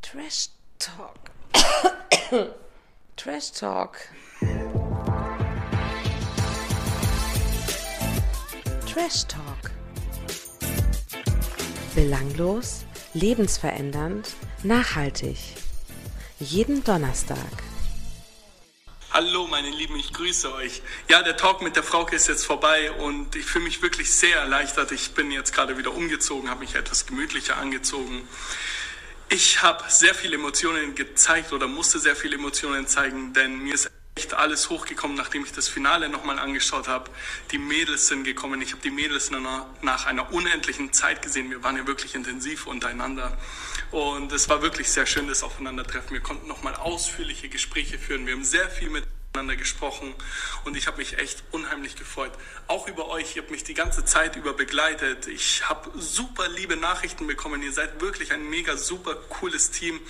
Trash Talk. Trash Talk. Trash Talk. Belanglos, lebensverändernd, nachhaltig. Jeden Donnerstag. Hallo meine Lieben, ich grüße euch. Ja, der Talk mit der Frauke ist jetzt vorbei und ich fühle mich wirklich sehr erleichtert. Ich bin jetzt gerade wieder umgezogen, habe mich etwas gemütlicher angezogen. Ich habe sehr viele Emotionen gezeigt oder musste sehr viele Emotionen zeigen, denn mir ist echt alles hochgekommen, nachdem ich das Finale nochmal angeschaut habe. Die Mädels sind gekommen. Ich habe die Mädels na- nach einer unendlichen Zeit gesehen. Wir waren ja wirklich intensiv untereinander. Und es war wirklich sehr schön, das Aufeinandertreffen. Wir konnten nochmal ausführliche Gespräche führen. Wir haben sehr viel miteinander gesprochen und ich habe mich echt unheimlich gefreut. Auch über euch, ihr habt mich die ganze Zeit über begleitet. Ich habe super liebe Nachrichten bekommen. Ihr seid wirklich ein mega super cooles Team,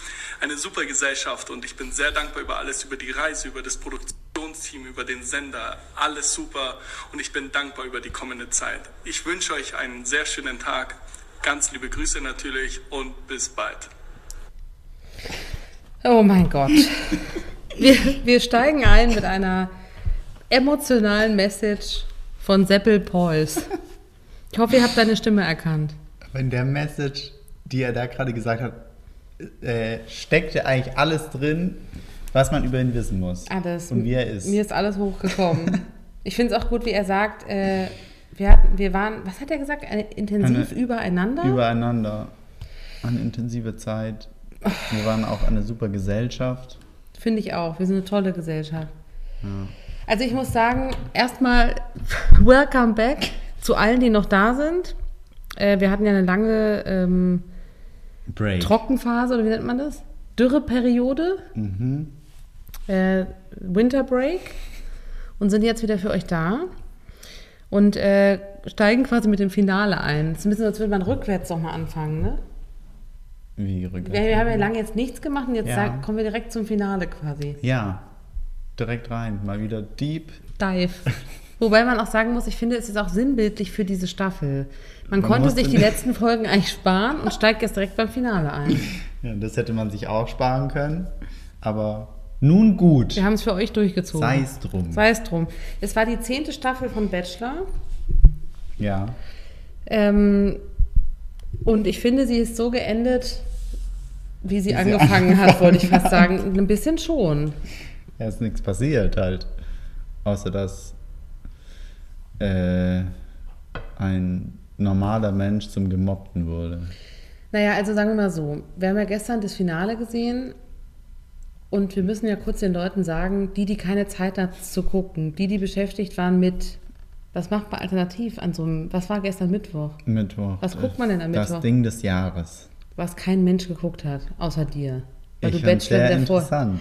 eine super Gesellschaft und ich bin sehr dankbar über alles, über die Reise, über das Produktionsteam, über den Sender. Alles super und ich bin dankbar über die kommende Zeit. Ich wünsche euch einen sehr schönen Tag. Ganz liebe Grüße natürlich und bis bald. Oh mein Gott. Wir, wir steigen ein mit einer emotionalen Message von Seppel Pauls. Ich hoffe, ihr habt deine Stimme erkannt. Wenn der Message, die er da gerade gesagt hat, äh, steckt ja eigentlich alles drin, was man über ihn wissen muss. Alles. Und wie er ist. Ah, Mir ist alles hochgekommen. Ich finde es auch gut, wie er sagt, äh, wir, hatten, wir waren, was hat er gesagt? Eine, intensiv Eine- übereinander? Übereinander. Eine intensive Zeit. Wir waren auch eine super Gesellschaft. Finde ich auch. Wir sind eine tolle Gesellschaft. Also ich muss sagen, erstmal welcome back zu allen, die noch da sind. Äh, wir hatten ja eine lange ähm, Break. Trockenphase oder wie nennt man das? Dürreperiode. Äh, Winter Break. Und sind jetzt wieder für euch da. Und äh, steigen quasi mit dem Finale ein. Es ist ein bisschen, als würde man rückwärts nochmal anfangen, ne? Wie Wir, wir haben ja rückwärts. lange jetzt nichts gemacht und jetzt Ja. sagen- kommen wir direkt zum Finale quasi. Ja. Direkt rein. Mal wieder deep. Dive. Wobei man auch sagen muss, ich finde, es ist auch sinnbildlich für diese Staffel. Man, Man konnte musste sich die nicht- letzten Folgen eigentlich sparen und steigt jetzt direkt beim Finale ein. Ja, das hätte man sich auch sparen können. Aber nun gut. Wir haben es für euch durchgezogen. Sei es drum. Sei es drum. Es war die zehnte Staffel von Bachelor. ja. Ähm, und ich finde, sie ist so geendet, wie sie angefangen hat, wollte ich fast sagen. Ein bisschen schon. Ja, ist nichts passiert halt. Außer dass äh, ein normaler Mensch zum Gemobbten wurde. Naja, also sagen wir mal so, wir haben ja gestern das Finale gesehen und wir müssen ja kurz den Leuten sagen, die, die keine Zeit hatten zu gucken, die, die beschäftigt waren mit, was macht man alternativ an so einem, was war gestern Mittwoch, Mittwoch. Was guckt man denn am das Mittwoch? Das Ding des Jahres. was kein Mensch geguckt hat, außer dir. Weil ich du fand's Bachelor sehr davor. interessant.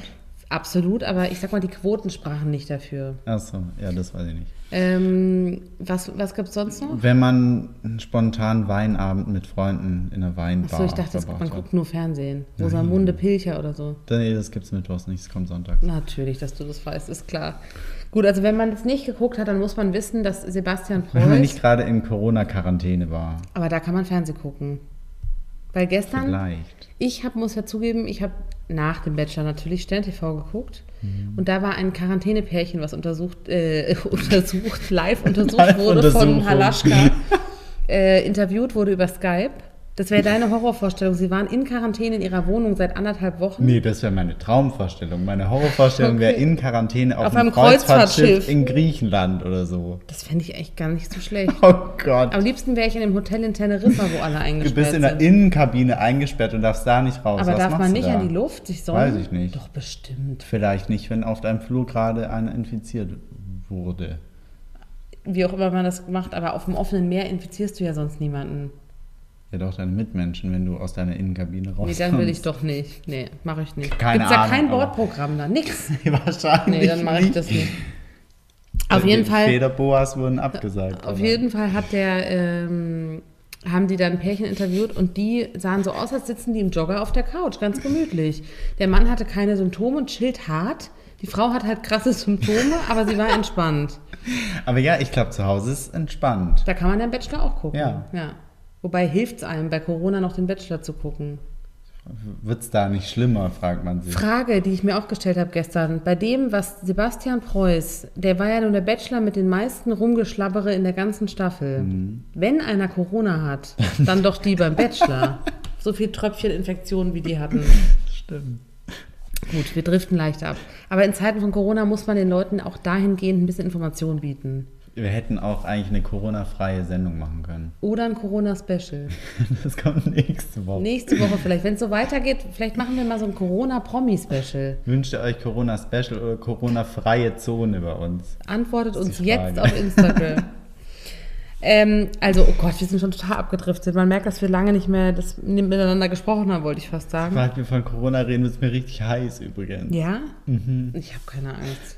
Absolut, aber ich sag mal, die Quoten sprachen nicht dafür. Achso, ja, das weiß ich nicht. Ähm, was was gibt's sonst noch? Wenn man einen spontanen Weinabend mit Freunden in einer Weinbar Achso, ich dachte, das, man verbracht guckt hat. nur Fernsehen. Rosamunde Pilcher oder so. Nee, das gibt's mittwochs nicht, es kommt sonntags. Natürlich, dass du das weißt, ist klar. Gut, also wenn man es nicht geguckt hat, dann muss man wissen, dass Sebastian Wenn man nicht Preuß. gerade in Corona-Quarantäne war. Aber da kann man Fernsehen gucken. Weil gestern, Vielleicht. ich hab, muss ja zugeben, ich habe nach dem Bachelor natürlich Stern TV geguckt. Mhm. Und da war ein Quarantänepärchen, was untersucht, äh, untersucht, live untersucht Live wurde von Untersuchung. Halaschka, äh, interviewt wurde über Skype. Das wäre deine Horrorvorstellung. Sie waren in Quarantäne in ihrer Wohnung seit anderthalb Wochen. Nee, das wäre meine Traumvorstellung. Meine Horrorvorstellung wäre Okay. in Quarantäne auf, Auf einem einem Kreuzfahrtschiff. Kreuzfahrtschiff in Griechenland oder so. Das fände ich echt gar nicht so schlecht. Oh Gott. Am liebsten wäre ich in dem Hotel in Teneriffa, wo alle Du eingesperrt bist in der sind. Innenkabine eingesperrt und darfst da nicht raus. Aber Was darf machst man du nicht da? an die Luft sich sonnen? Weiß ich nicht. Doch, bestimmt. Vielleicht nicht, wenn auf deinem Flur gerade einer infiziert wurde. Wie auch immer man das macht, aber auf dem offenen Meer infizierst du ja sonst niemanden. Ja, doch deine Mitmenschen, wenn du aus deiner Innenkabine Nee, rauskommst. dann will ich doch nicht. Nee, mache ich nicht. Keine Gibt's da Ahnung, kein aber- Bordprogramm da? Nix. Wahrscheinlich. Nee, dann mache ich das nicht. Auf jeden Fall, Federboas wurden abgesagt. auf aber- jeden Fall hat der, ähm, haben die dann Pärchen interviewt und die sahen so aus, als sitzen die im Jogger auf der Couch, ganz gemütlich. Der Mann hatte keine Symptome und chillt hart. Die Frau hat halt krasse Symptome, aber sie war entspannt. Aber ja, ich glaube, zu Hause ist entspannt. Da kann man den Bachelor auch gucken. Ja. ja. Wobei hilft es einem, bei Corona noch den Bachelor zu gucken. Wird es da nicht schlimmer, fragt man sich. Frage, die ich mir auch gestellt habe gestern. Bei dem, was Sebastian Preuß, der war ja nur der Bachelor mit den meisten Rumgeschlabbere in der ganzen Staffel. Wenn einer Corona hat, dann doch die beim Bachelor. So viel Tröpfcheninfektionen, wie die hatten. Stimmt. Gut, wir driften leicht ab. Aber in Zeiten von Corona muss man den Leuten auch dahingehend ein bisschen Information bieten. Wir hätten auch eigentlich eine Corona-freie Sendung machen können. Oder ein Corona-Special. Das kommt nächste Woche. Nächste Woche vielleicht, wenn es so weitergeht, vielleicht machen wir mal so ein Corona-Promi-Special. Wünscht ihr euch Corona-Special oder Corona-freie Zone bei uns? Antwortet ist uns die jetzt Frage. auf Instagram. ähm, also, oh Gott, wir sind schon total abgedriftet. Man merkt, dass wir lange nicht mehr das miteinander gesprochen haben, wollte ich fast sagen. Fragt wir von Corona reden, wird es mir richtig heiß übrigens. Ja? Ich habe keine Angst.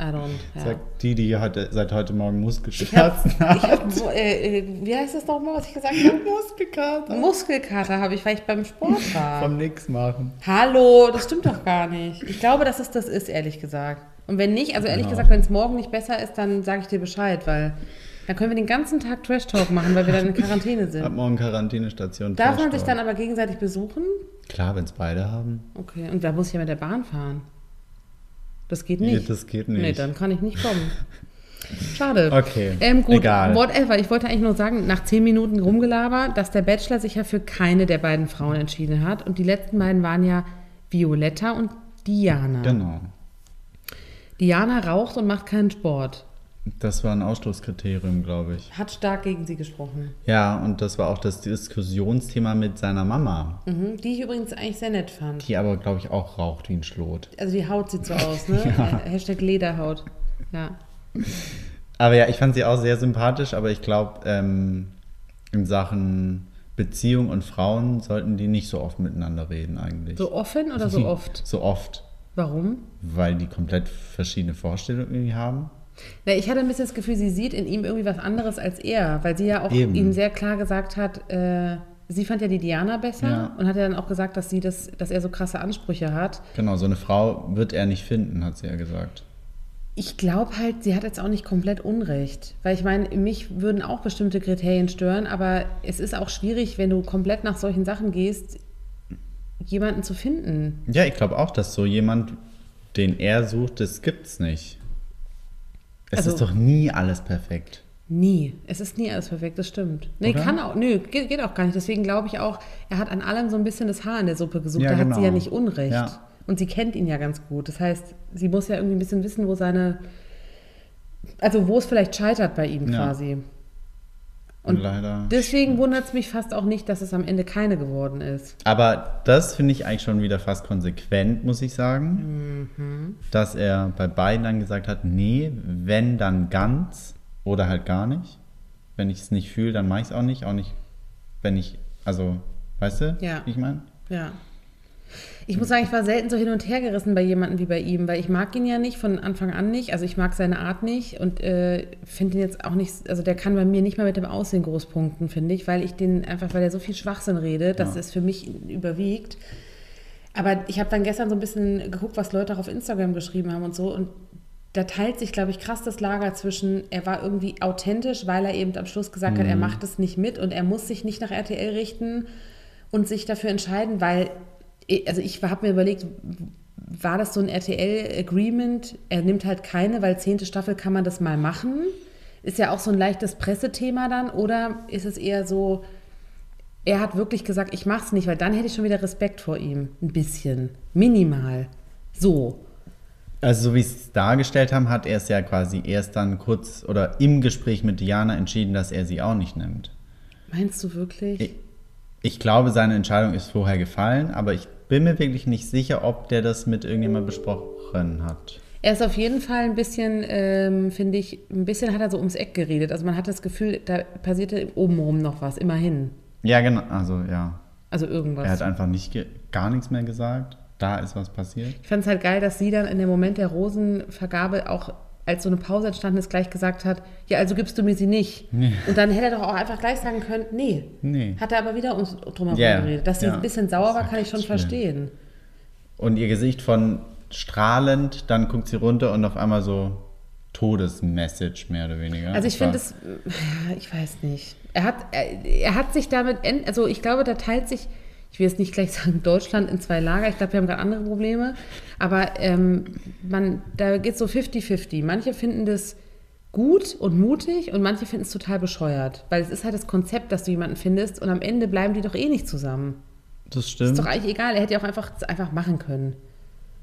I don't. Ja. Sagt die, die heute, seit heute Morgen Muskelschmerzen Ich hab, ich hat. hab, so, äh, äh, wie heißt das nochmal, was ich gesagt habe? Muskelkater. Muskelkater habe ich, weil ich beim Sport war. Vom Nix machen. Hallo, das stimmt doch gar nicht. Ich glaube, dass es das ist, ehrlich gesagt. Und wenn nicht, also ehrlich Ja. gesagt, wenn es morgen nicht besser ist, dann sage ich dir Bescheid, weil dann können wir den ganzen Tag Trash Talk machen, weil wir dann in Quarantäne sind. Ab morgen Quarantänestation. Darf man Trash sich Talk. dann aber gegenseitig besuchen? Klar, wenn es beide haben. Okay, und da muss ich ja mit der Bahn fahren. Das geht Nee, nicht. das geht Nee, nicht. dann kann ich nicht kommen. Schade. Okay, Ähm, gut, egal. whatever. Ich wollte eigentlich nur sagen, nach zehn Minuten Rumgelaber, dass der Bachelor sich ja für keine der beiden Frauen entschieden hat. Und die letzten beiden waren ja Violetta und Diana. Genau. Diana raucht und macht keinen Sport. Das war ein Ausschlusskriterium, glaube ich. Hat stark gegen sie gesprochen. Ja, und das war auch das Diskussionsthema mit seiner Mama, Mhm. Die ich übrigens eigentlich sehr nett fand. die aber, glaube ich, auch raucht wie ein Schlot. Also die Haut sieht so aus, ne? Äh, Hashtag Lederhaut. Ja. Aber ja, ich fand sie auch sehr sympathisch, aber ich glaube, ähm, in Sachen Beziehung und Frauen sollten die nicht so oft miteinander reden eigentlich. So offen oder so oft? So oft, Warum? weil die komplett verschiedene Vorstellungen irgendwie haben. Na, ich hatte ein bisschen das Gefühl, sie sieht in ihm irgendwie was anderes als er, weil sie ja auch Eben. ihm sehr klar gesagt hat, äh, sie fand ja die Diana besser Ja. und hat ja dann auch gesagt, dass sie das, dass er so krasse Ansprüche hat. Genau, so eine Frau wird er nicht finden, hat sie ja gesagt. Ich glaube halt, sie hat jetzt auch nicht komplett Unrecht, weil ich meine, mich würden auch bestimmte Kriterien stören, aber es ist auch schwierig, wenn du komplett nach solchen Sachen gehst, jemanden zu finden. Ja, ich glaube auch, dass so jemand, den er sucht, das gibt's nicht. Es Also- ist doch nie alles perfekt. Nie. Es ist nie alles perfekt, das stimmt. Nee, Oder? kann auch. Nö, geht, geht auch gar nicht. Deswegen glaube ich auch, er hat an allem so ein bisschen das Haar in der Suppe gesucht. Ja, da hat genau. sie ja nicht Unrecht. Ja. Und sie kennt ihn ja ganz gut. Das heißt, sie muss ja irgendwie ein bisschen wissen, wo seine. Also, wo es vielleicht scheitert bei ihm Ja. quasi. Und, Und leider. Deswegen wundert es mich fast auch nicht, dass es am Ende keine geworden ist. Aber das finde ich eigentlich schon wieder fast konsequent, muss ich sagen. Dass er bei beiden dann gesagt hat, nee, wenn dann ganz oder halt gar nicht. Wenn ich es nicht fühle, dann mache ich es auch nicht. Auch nicht, wenn ich, also, weißt du, Ja. wie ich meine? Ja. Ich muss sagen, ich war selten so hin und her gerissen bei jemandem wie bei ihm, weil ich mag ihn ja nicht, von Anfang an nicht. Also ich mag seine Art nicht und äh, finde ihn jetzt auch nicht, also der kann bei mir nicht mal mit dem Aussehen groß punkten, finde ich, weil ich den einfach, weil er so viel Schwachsinn redet, dass Ja. es für mich überwiegt. Aber ich habe dann gestern so ein bisschen geguckt, was Leute auch auf Instagram geschrieben haben und so. Und da teilt sich, glaube ich, krass das Lager zwischen, er war irgendwie authentisch, weil er eben am Schluss gesagt hat, er macht es nicht mit und er muss sich nicht nach RTL richten und sich dafür entscheiden, weil, also ich habe mir überlegt, war das so ein RTL-Agreement? Er nimmt halt keine, weil zehnte Staffel kann man das mal machen. Ist ja auch so ein leichtes Pressethema dann. Oder ist es eher so, er hat wirklich gesagt, ich mach's nicht, weil dann hätte ich schon wieder Respekt vor ihm. Ein bisschen. Minimal. So. Also, so wie sie es dargestellt haben, hat er es ja quasi erst dann kurz oder im Gespräch mit Diana entschieden, dass er sie auch nicht nimmt. Meinst du wirklich? Ich- Ich glaube, seine Entscheidung ist vorher gefallen, aber ich bin mir wirklich nicht sicher, ob der das mit irgendjemand besprochen hat. Er ist auf jeden Fall ein bisschen, ähm, finde ich, ein bisschen hat er so ums Eck geredet. Also man hat das Gefühl, da passierte obenrum noch was, immerhin. Ja, genau. Also, ja. Also irgendwas. Er hat einfach nicht ge- gar nichts mehr gesagt. Da ist was passiert. Ich fand es halt geil, dass sie dann in dem Moment der Rosenvergabe auch, als so eine Pause entstanden ist, gleich gesagt hat, ja, also gibst du mir sie nicht. Und dann hätte er doch auch einfach gleich sagen können, nee. Nee. Hat er aber wieder uns drumherum Ja, geredet. Dass sie ja. ein bisschen sauer war, Das kann ich schon ist schlimm. verstehen. Und ihr Gesicht von strahlend, dann guckt sie runter und auf einmal so Todesmessage mehr oder weniger. Also ich finde es, ja, ich weiß nicht. Er hat, er, er hat sich damit, en- also ich glaube, da teilt sich ich will jetzt nicht gleich sagen, Deutschland in zwei Lager. Ich glaube, wir haben gerade andere Probleme. Aber ähm, man, da geht so 50-50. Manche finden das gut und mutig und manche finden es total bescheuert. Weil es ist halt das Konzept, dass du jemanden findest und am Ende bleiben die doch eh nicht zusammen. Das stimmt. Ist doch eigentlich egal, er hätte ja auch einfach, einfach machen können.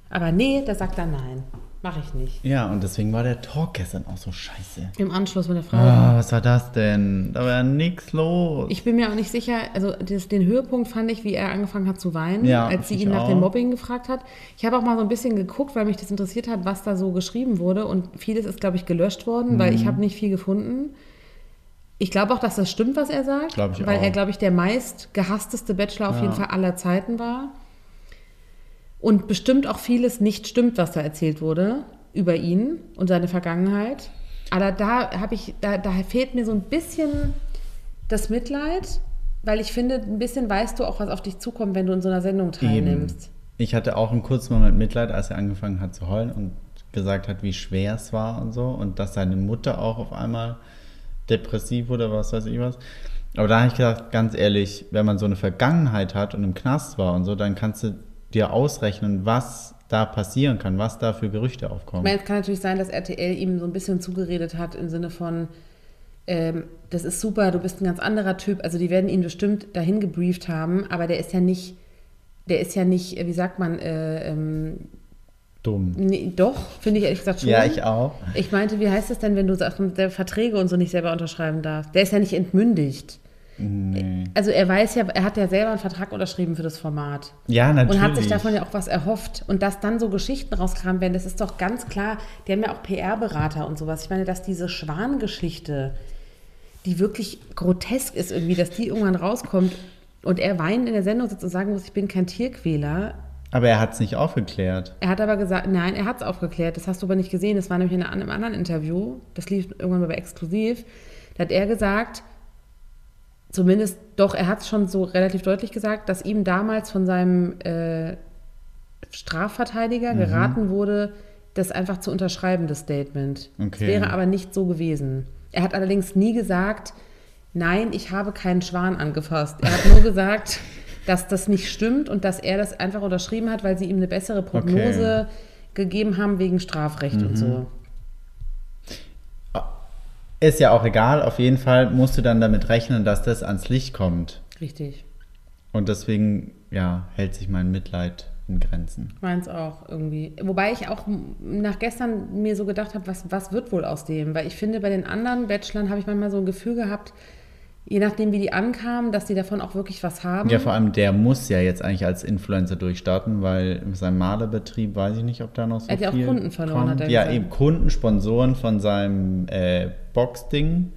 Aber nee, da sagt er nein. Mache ich nicht. ja, und deswegen war der Talk gestern auch so scheiße. Im Anschluss mit der Frau. Ah, was war das denn? Da war ja nix los. Ich bin mir auch nicht sicher, also das, den Höhepunkt fand ich, wie er angefangen hat zu weinen, Ja, als sie ich ihn nach dem auch. Mobbing gefragt hat. Ich habe auch mal so ein bisschen geguckt, weil mich das interessiert hat, was da so geschrieben wurde. Und vieles ist, glaube ich, gelöscht worden, weil Mhm. ich habe nicht viel gefunden. Ich glaube auch, dass das stimmt, was er sagt, Glaub ich weil er, auch. glaube ich, der meist gehassteste Bachelor auf Ja. jeden Fall aller Zeiten war. Und bestimmt auch vieles nicht stimmt, was da erzählt wurde über ihn und seine Vergangenheit. Aber da habe ich, da, da fehlt mir so ein bisschen das Mitleid, weil ich finde, ein bisschen weißt du auch, was auf dich zukommt, wenn du in so einer Sendung teilnimmst. Ich hatte auch einen kurzen Moment Mitleid, als er angefangen hat zu heulen und gesagt hat, wie schwer es war und so. Und dass seine Mutter auch auf einmal depressiv wurde, was weiß ich was. Aber da habe ich gedacht, ganz ehrlich, wenn man so eine Vergangenheit hat und im Knast war und so, dann kannst du dir ausrechnen, was da passieren kann, was da für Gerüchte aufkommen. Ich meine, es kann natürlich sein, dass RTL ihm so ein bisschen zugeredet hat im Sinne von, ähm, das ist super, du bist ein ganz anderer Typ. Also die werden ihn bestimmt dahin gebrieft haben, aber der ist ja nicht, der ist ja nicht, äh, wie sagt man, äh, ähm, Dumm. nee, doch, finde ich ehrlich gesagt schon. Ja, ich auch. Ich meinte, wie heißt es denn, wenn du Sachen der Verträge und so nicht selber unterschreiben darfst? Der ist ja nicht entmündigt. Nee. Also er weiß ja, er hat ja selber einen Vertrag unterschrieben für das Format. Ja, natürlich. Und hat sich davon ja auch was erhofft. Und dass dann so Geschichten rauskramen werden, das ist doch ganz klar. Die haben ja auch PR-Berater und sowas. Ich meine, dass diese Schwan-Geschichte, die wirklich grotesk ist irgendwie, dass die irgendwann rauskommt und er weinend in der Sendung sitzt und sagen muss, ich bin kein Tierquäler. Aber er hat es nicht aufgeklärt. Er hat aber gesagt, nein, er hat es aufgeklärt. Das hast du aber nicht gesehen. Das war nämlich in einem anderen Interview. Das lief irgendwann mal bei Exklusiv. Da hat er gesagt, zumindest doch, er hat es schon so relativ deutlich gesagt, dass ihm damals von seinem äh, Strafverteidiger geraten wurde, das einfach zu unterschreiben, das Statement. Es Okay. wäre aber nicht so gewesen. Er hat allerdings nie gesagt, nein, ich habe keinen Schwan angefasst. Er hat nur gesagt, dass das nicht stimmt und dass er das einfach unterschrieben hat, weil sie ihm eine bessere Prognose gegeben haben wegen Strafrecht und Mhm. so. Ist ja auch egal, auf jeden Fall musst du dann damit rechnen, dass das ans Licht kommt. Richtig. Und deswegen, ja, hält sich mein Mitleid in Grenzen. Meins auch irgendwie. Wobei ich auch m- nach gestern mir so gedacht habe, was, was wird wohl aus dem? Weil ich finde, bei den anderen Bachelorn habe ich manchmal so ein Gefühl gehabt, je nachdem, wie die ankamen, dass die davon auch wirklich was haben. Ja, vor allem der muss ja jetzt eigentlich als Influencer durchstarten, weil sein Malerbetrieb, weiß ich nicht, ob da noch so Er hat ja auch viel Kunden verloren, kommt. hat er Ja, gesagt. eben Kunden, Sponsoren von seinem äh, Boxding.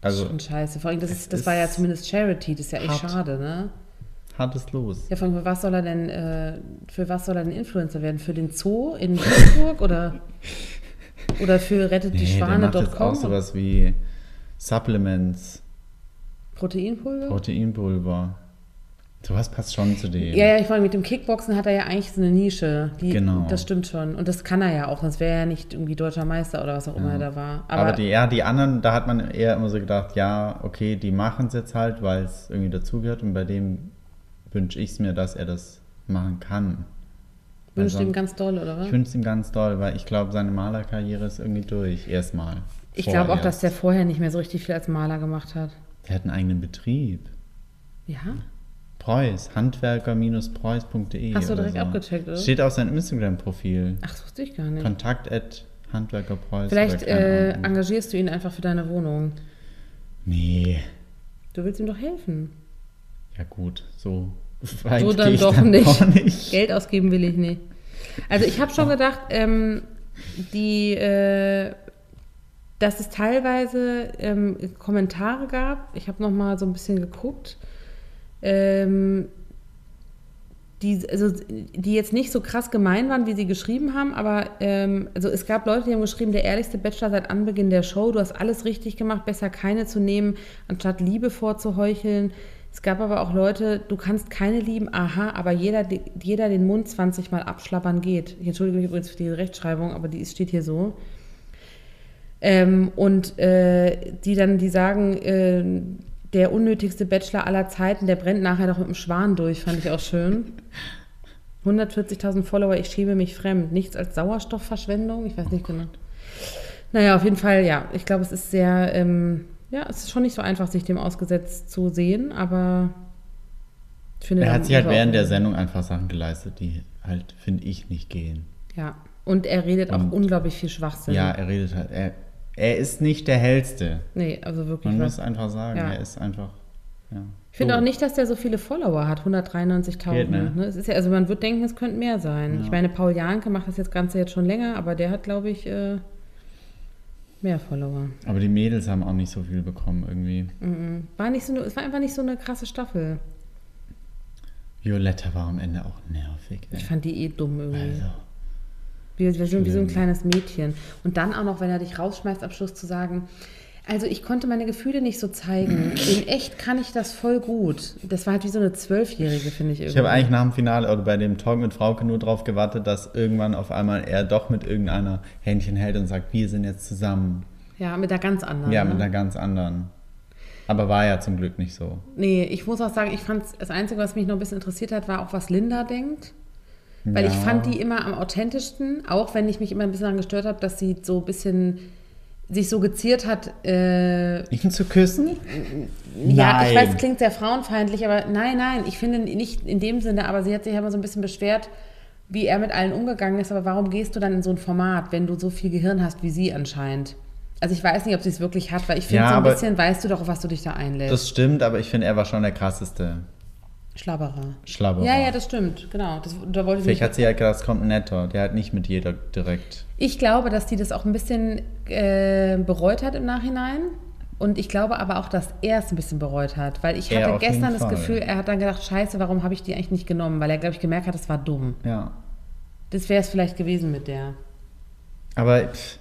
Also Schon scheiße. Vor allem, das, ist, das ist war ja zumindest Charity, das ist ja echt hart. schade, ne? hartes Los. Ja, vor allem, für was soll er denn, äh, für was soll er denn Influencer werden? Für den Zoo in Würzburg oder, oder für rettet die Nee, der macht jetzt auch Schwane.com? sowas wie Supplements, Proteinpulver? Proteinpulver. Sowas passt schon zu dem. Ja, ja, ich meine, mit dem Kickboxen hat er ja eigentlich so eine Nische. Die, Genau. Das stimmt schon. Und das kann er ja auch. Sonst wäre er ja nicht irgendwie deutscher Meister oder was auch immer er da war. Aber, Aber, die, ja, die anderen, da hat man eher immer so gedacht, ja, okay, die machen es jetzt halt, weil es irgendwie dazugehört. Und bei dem wünsche ich es mir, dass er das machen kann. wünscht also- ihm ganz doll, oder was? Ich wünsche es ihm ganz doll, weil ich glaube, seine Malerkarriere ist irgendwie durch. Erstmal. Ich glaube auch, dass Vorerst. der vorher nicht mehr so richtig viel als Maler gemacht hat. Der hat einen eigenen Betrieb. Ja? Preuß, handwerker-preuß.de. Hast du E oder direkt abgecheckt, oder? Steht auf seinem Instagram-Profil. Ach, das wusste ich gar nicht. Kontakt at handwerkerpreuß. Vielleicht oder keine äh, Ahnung. engagierst du ihn einfach für deine Wohnung. Nee. Du willst ihm doch helfen. Ja, gut, so. weit so geh dann ich doch nicht. auch nicht. Oh. Geld ausgeben will ich nicht. Also ich habe schon gedacht, ähm, die, äh, dass es teilweise ähm, Kommentare gab. Ich habe noch mal so ein bisschen geguckt. Ähm, die, also, die jetzt nicht so krass gemein waren, wie sie geschrieben haben, aber ähm, also es gab Leute, die haben geschrieben, der ehrlichste Bachelor seit Anbeginn der Show, du hast alles richtig gemacht, besser keine zu nehmen, anstatt Liebe vorzuheucheln. Es gab aber auch Leute, du kannst keine lieben, aha, aber jeder, die- jeder den Mund 20 Mal abschlappern geht. Ich entschuldige mich übrigens für die Rechtschreibung, aber die ist- steht hier so. Ähm, und äh, die dann, die sagen, äh, der unnötigste Bachelor aller Zeiten, der brennt nachher noch mit dem Schwan durch, fand ich auch schön. 140.000 Follower, ich schäme mich fremd. Nichts als Sauerstoffverschwendung, ich weiß nicht genau. Naja, auf jeden Fall, ja. Ich glaube, es ist sehr, ähm, ja, es ist schon nicht so einfach, sich dem ausgesetzt zu sehen, aber ich finde. Er da hat sich halt muss er auch- während der Sendung einfach Sachen geleistet, die halt, finde ich, nicht gehen. Ja, und er redet auch Und- unglaublich viel Schwachsinn. Ja, er redet halt. Er, er ist nicht der Hellste. Nee, also wirklich. Man was. muss einfach sagen, Ja. er ist einfach. Ja. Ich finde So. auch nicht, dass der so viele Follower hat, 193.000. Geht, ne? ne? es ist ja, also man würde denken, es könnte mehr sein. Ich meine, Paul Janke macht das jetzt Ganze jetzt schon länger, aber der hat, glaube ich, äh, mehr Follower. Aber die Mädels haben auch nicht so viel bekommen irgendwie. Mhm. War nicht so eine, es war einfach nicht so eine krasse Staffel. Violetta war am Ende auch nervig. Ey. Ich fand die eh dumm irgendwie. also, Wie, wie, so, wie so ein Schlimm. kleines Mädchen. Und dann auch noch, wenn er dich rausschmeißt, am Schluss zu sagen, also ich konnte meine Gefühle nicht so zeigen. In echt kann ich das voll gut. Das war halt wie so eine Zwölfjährige, finde ich irgendwie. ich habe eigentlich nach dem Finale oder bei dem Talk mit Frauke nur drauf gewartet, dass irgendwann auf einmal er doch mit irgendeiner Händchen hält und sagt, wir sind jetzt zusammen. ja, mit einer ganz anderen. Ja, ne? mit einer ganz anderen. Aber war ja zum Glück nicht so. Nee, ich muss auch sagen, ich fand das Einzige, was mich noch ein bisschen interessiert hat, war auch, was Linda denkt. Weil ich Ja. fand die immer am authentischsten, auch wenn ich mich immer ein bisschen daran gestört habe, dass sie so ein bisschen sich so geziert hat. Äh, Ihn zu küssen? ja, ich Nein. weiß, klingt sehr frauenfeindlich, aber nein, nein, ich finde nicht in dem Sinne, aber sie hat sich ja immer so ein bisschen beschwert, wie er mit allen umgegangen ist. Aber warum gehst du dann in so ein Format, wenn du so viel Gehirn hast wie sie anscheinend? Also ich weiß nicht, ob sie es wirklich hat, weil ich finde Ja, so ein aber- bisschen, weißt du doch, auf was du dich da einlässt. Das stimmt, aber ich finde, er war schon der krasseste Schlabberer. Schlabberer. Ja, ja, das stimmt, genau. Das, da wollte ich, Vielleicht mich, hat sie ja gedacht, es kommt ein netter. Der hat nicht mit jeder direkt. ich glaube, dass die das auch ein bisschen äh, bereut hat im Nachhinein. Und ich glaube aber auch, dass er es ein bisschen bereut hat. Weil ich Er hatte auf jeden gestern das Fall. Gefühl, er hat dann gedacht, scheiße, warum habe ich die eigentlich nicht genommen? Weil er, glaube ich, gemerkt hat, das war dumm. Ja. Das wäre es vielleicht gewesen mit der. Aber pff,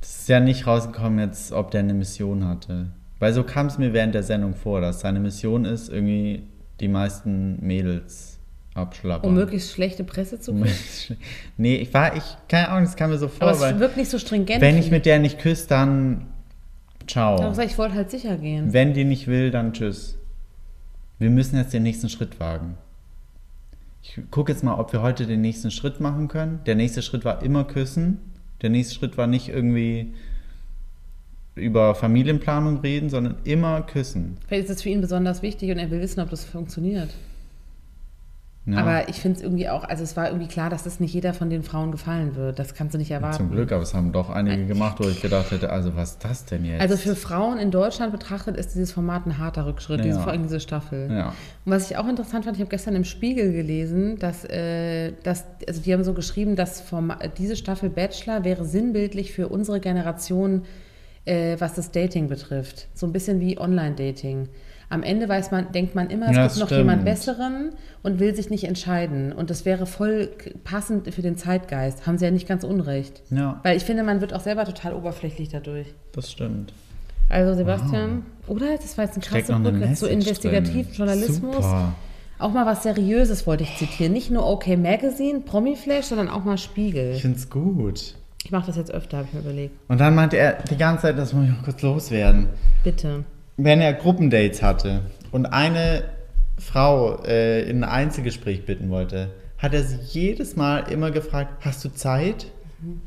es ist ja nicht rausgekommen jetzt, ob der eine Mission hatte. Weil so kam es mir während der Sendung vor, dass seine Mission ist, irgendwie die meisten Mädels abschlappern. Um möglichst schlechte Presse zu kriegen. Unmöglich. nee, ich war, ich, keine Ahnung, das kam mir so Aber vor, es weil wirkt nicht so stringent. wenn ich mit der nicht küsse, dann ciao. Darum sag ich, ich wollte halt sicher gehen. Wenn die nicht will, dann tschüss. Wir müssen jetzt den nächsten Schritt wagen. Ich gucke jetzt mal, ob wir heute den nächsten Schritt machen können. Der nächste Schritt war immer küssen. Der nächste Schritt war nicht irgendwie über Familienplanung reden, sondern immer küssen. Vielleicht ist es für ihn besonders wichtig und er will wissen, ob das funktioniert. Ja, Aber ich finde es irgendwie auch, also es war irgendwie klar, dass es nicht jeder von den Frauen gefallen wird. Das kannst du nicht erwarten. zum Glück, aber es haben doch einige gemacht, wo ich gedacht hätte, also was ist das denn jetzt? Äh, Also für Frauen in Deutschland betrachtet ist dieses Format ein harter Rückschritt, Ja. diese, vor allem diese Staffel. ja. Und was ich auch interessant fand, ich habe gestern im Spiegel gelesen, dass, äh, dass also die haben so geschrieben, dass Forma- diese Staffel Bachelor wäre sinnbildlich für unsere Generation, äh, was das Dating betrifft. So ein bisschen wie Online-Dating. Am Ende weiß man, denkt man immer, es Ja, gibt noch jemand stimmt. Besseren und will sich nicht entscheiden. Und das wäre voll k- passend für den Zeitgeist. Haben sie ja nicht ganz unrecht. ja, Weil ich finde, man wird auch selber total oberflächlich dadurch. das stimmt. Also Sebastian, oder? Das war jetzt ein Steckt krasse noch eine Brücke zu Message investigativen drin. Journalismus. Super. Auch mal was Seriöses wollte ich zitieren. Nicht nur OK Magazine, Promiflash, sondern auch mal Ich Spiegel. find's gut. Ich mache das jetzt öfter, habe ich mir überlegt. Und dann meinte er die ganze Zeit, das muss ich noch kurz loswerden. Bitte. wenn er Gruppendates hatte und eine Frau äh, in ein Einzelgespräch bitten wollte, hat er sie jedes Mal immer gefragt, hast du Zeit? Nee, Mhm.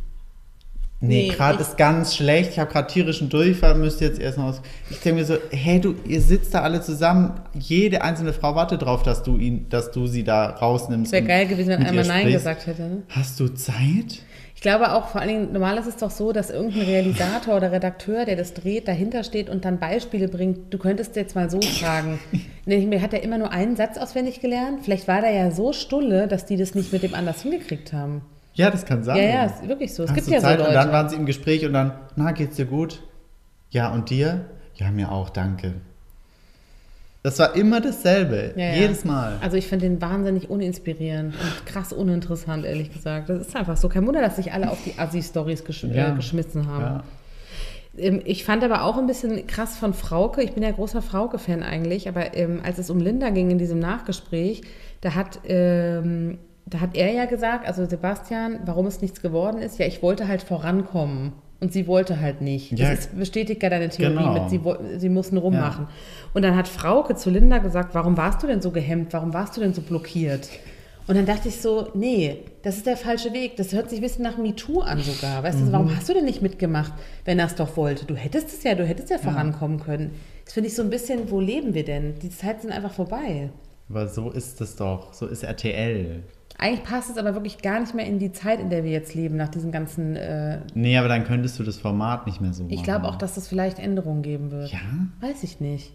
Nee, gerade ich- ist ganz schlecht, ich habe gerade tierischen Durchfall, müsste jetzt erst noch aus. Ich denke mir so, hey du, ihr sitzt da alle zusammen, jede einzelne Frau wartet drauf, dass du ihn, dass du sie da rausnimmst. Es wäre und geil gewesen, wenn mit einmal ihr Nein sprichst. gesagt hätte. Ne? Hast du Zeit? Ich glaube auch, vor allen Dingen, normal ist es doch so, dass irgendein Realisator oder Redakteur, der das dreht, dahinter steht und dann Beispiele bringt. Du könntest jetzt mal so fragen. Nämlich, Mir hat er immer nur einen Satz auswendig gelernt. Vielleicht war der ja so stulle, dass die das nicht mit dem anders hingekriegt haben. Ja, das kann sein. Ja, ja, ist wirklich so. Es Hast gibt du ja so Zeit? Leute. Und dann waren sie im Gespräch und dann, na, geht's dir gut? Ja, und dir? Ja, mir auch, danke. Das war immer dasselbe, Ja, ja. jedes Mal. Also ich finde den wahnsinnig uninspirierend und krass uninteressant, ehrlich gesagt. Das ist einfach so. Kein Wunder, dass sich alle auf die Assi-Stories gesch Ja. äh, geschmissen haben. Ja. Ähm, ich fand aber auch ein bisschen krass von Frauke. Ich bin ja großer Frauke-Fan eigentlich, aber ähm, als es um Linda ging in diesem Nachgespräch, da hat... Ähm, da hat er ja gesagt, also Sebastian, warum es nichts geworden ist, ja, ich wollte halt vorankommen. Und sie wollte halt nicht. Das Ja. ist, bestätigt ja deine Theorie Genau. mit, sie, woll- sie mussten rummachen. Und dann hat Frauke zu Linda gesagt, warum warst du denn so gehemmt? Warum warst du denn so blockiert? Und dann dachte ich so, nee, das ist der falsche Weg. Das hört sich ein bisschen nach MeToo an sogar. Weißt du, warum hast du denn nicht mitgemacht, wenn er es doch wollte? Du hättest es ja, du hättest ja vorankommen können. Das finde ich so ein bisschen, wo leben wir denn? Die Zeiten sind einfach vorbei. Aber so ist es doch. So ist RTL. Eigentlich passt es aber wirklich gar nicht mehr in die Zeit, in der wir jetzt leben, nach diesen ganzen. Äh, Nee, aber dann könntest du das Format nicht mehr so machen. ich glaube auch, dass es vielleicht Änderungen geben wird. Ja? Weiß ich nicht.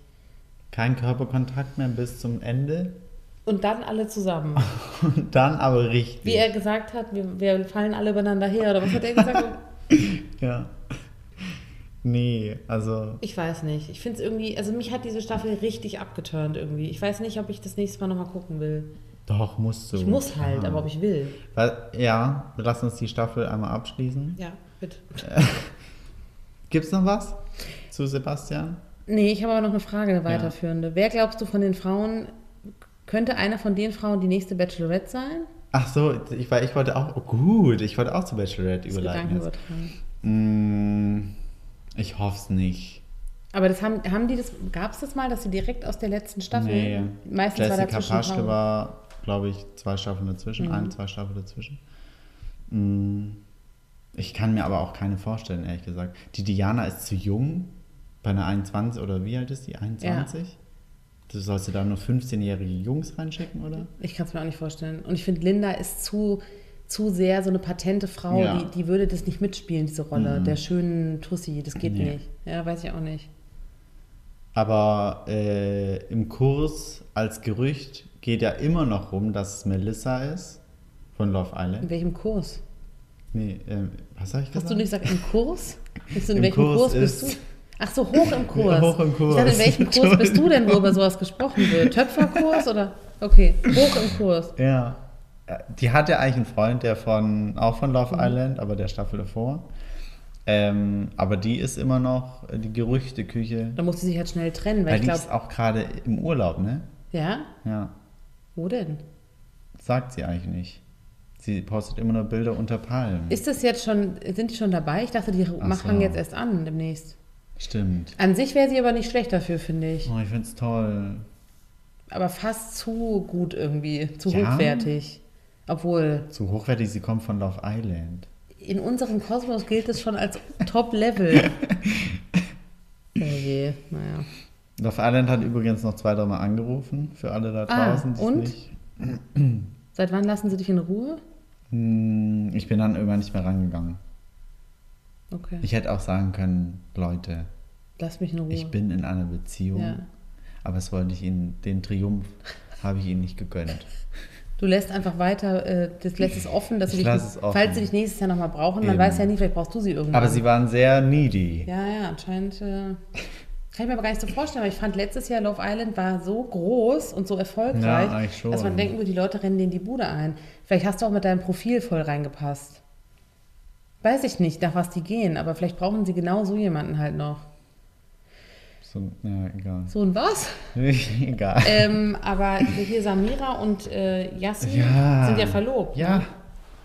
Kein Körperkontakt mehr bis zum Ende. Und dann alle zusammen. Und dann aber richtig. Wie er gesagt hat, wir, wir fallen alle übereinander her. Oder was hat er gesagt? ja. Nee, also. ich weiß nicht. Ich finde es irgendwie. Also, mich hat diese Staffel richtig abgeturnt irgendwie. Ich weiß nicht, ob ich das nächste Mal nochmal gucken will. Doch, musst du. Ich muss halt, Ja. aber ob ich will. Weil- Ja, lass uns die Staffel einmal abschließen. Ja, bitte. Gibt's noch was zu Sebastian? Nee, ich habe aber noch eine Frage, eine weiterführende. Wer glaubst du von den Frauen, könnte einer von den Frauen die nächste Bachelorette sein? Ach so, ich, weil ich wollte auch. Oh, gut, ich wollte auch zu Bachelorette überleiten. Jetzt. Gedankenübertragung. Mm, ich hoffe es nicht. Aber das haben, haben die das, gab es das mal, dass sie direkt aus der letzten Staffel, Nee. meistens war Jessica dazwischen Mhm. Paschke Pause. war, glaube ich, zwei Staffeln dazwischen, ein, zwei Staffeln dazwischen. Mm, Ich kann mir aber auch keine vorstellen, ehrlich gesagt. Die Diana ist zu jung, bei einer 21 oder wie alt ist die? 21? Du sollst dir da nur 15-jährige Jungs reinschicken, oder? Ich kann es mir auch nicht vorstellen. Und ich finde, Linda ist zu, zu sehr so eine patente Frau, Ja. Mhm. die, die würde das nicht mitspielen, diese Rolle der schönen Tussi, das geht Nee. nicht. Ja, weiß ich auch nicht. Aber äh, im Kurs als Gerücht geht ja immer noch rum, dass es Melissa ist von Love In Island. welchem Kurs? Nee, ähm, was habe ich gesagt? Hast du nicht gesagt, im Kurs? Bist du, in Im welchem Kurs, Kurs bist ist- du? Ach so, hoch im Kurs. Hoch im Ich dachte, in Kurs. welchem Kurs bist du denn, wo über sowas gesprochen wird? Töpferkurs oder? Okay, hoch im Kurs. Ja. Die hatte eigentlich einen Freund, der von, auch von Love Mhm. Island, aber der Staffel davor. Ähm, aber die ist immer noch äh, die Gerüchteküche. Da muss sie sich halt schnell trennen, weil Weil ich die glaube, ist auch gerade im Urlaub, ne? ja, Ja. wo denn? Sagt sie eigentlich nicht. Sie postet immer nur Bilder unter Palmen. Ist das jetzt schon, sind die schon dabei? Ich dachte, die machen jetzt erst an demnächst. Stimmt. An sich wäre sie aber nicht schlecht dafür, finde ich. Oh, ich find's toll. Aber fast zu gut irgendwie, zu Ja. hochwertig. Obwohl, Zu hochwertig, sie kommt von Love Island. in unserem Kosmos gilt es schon als Top-Level. oh je, naja. Love Island hat übrigens noch zwei, dreimal angerufen für alle da Ah, draußen. die es und? Nicht. Seit wann lassen sie dich in Ruhe? Hm, Ich bin dann irgendwann nicht mehr rangegangen. Okay, Ich hätte auch sagen können, Leute, lass mich in Ruhe. Ich bin in einer Beziehung, Ja. aber es wollte ich Ihnen, den Triumph habe ich Ihnen nicht gegönnt. Du lässt einfach weiter, äh, das lässt es offen, dass Ich sie dich, lass es offen. falls sie dich nächstes Jahr nochmal brauchen, man Eben. weiß ja nie, vielleicht brauchst du sie irgendwann. Aber Sie waren sehr needy. Ja, ja, anscheinend äh, kann ich mir aber gar nicht so vorstellen, weil ich fand, letztes Jahr Love Island war so groß und so Ja, erfolgreich, eigentlich schon. dass man denken würde, die Leute rennen denen die Bude ein. Vielleicht hast du auch mit deinem Profil voll reingepasst. Weiß ich nicht, nach was die gehen, aber vielleicht brauchen sie genau so jemanden halt noch. So, ja, egal. So ein was? egal. ähm, aber hier Samira und äh, Yassin Ja. sind ja verlobt. ne? ja,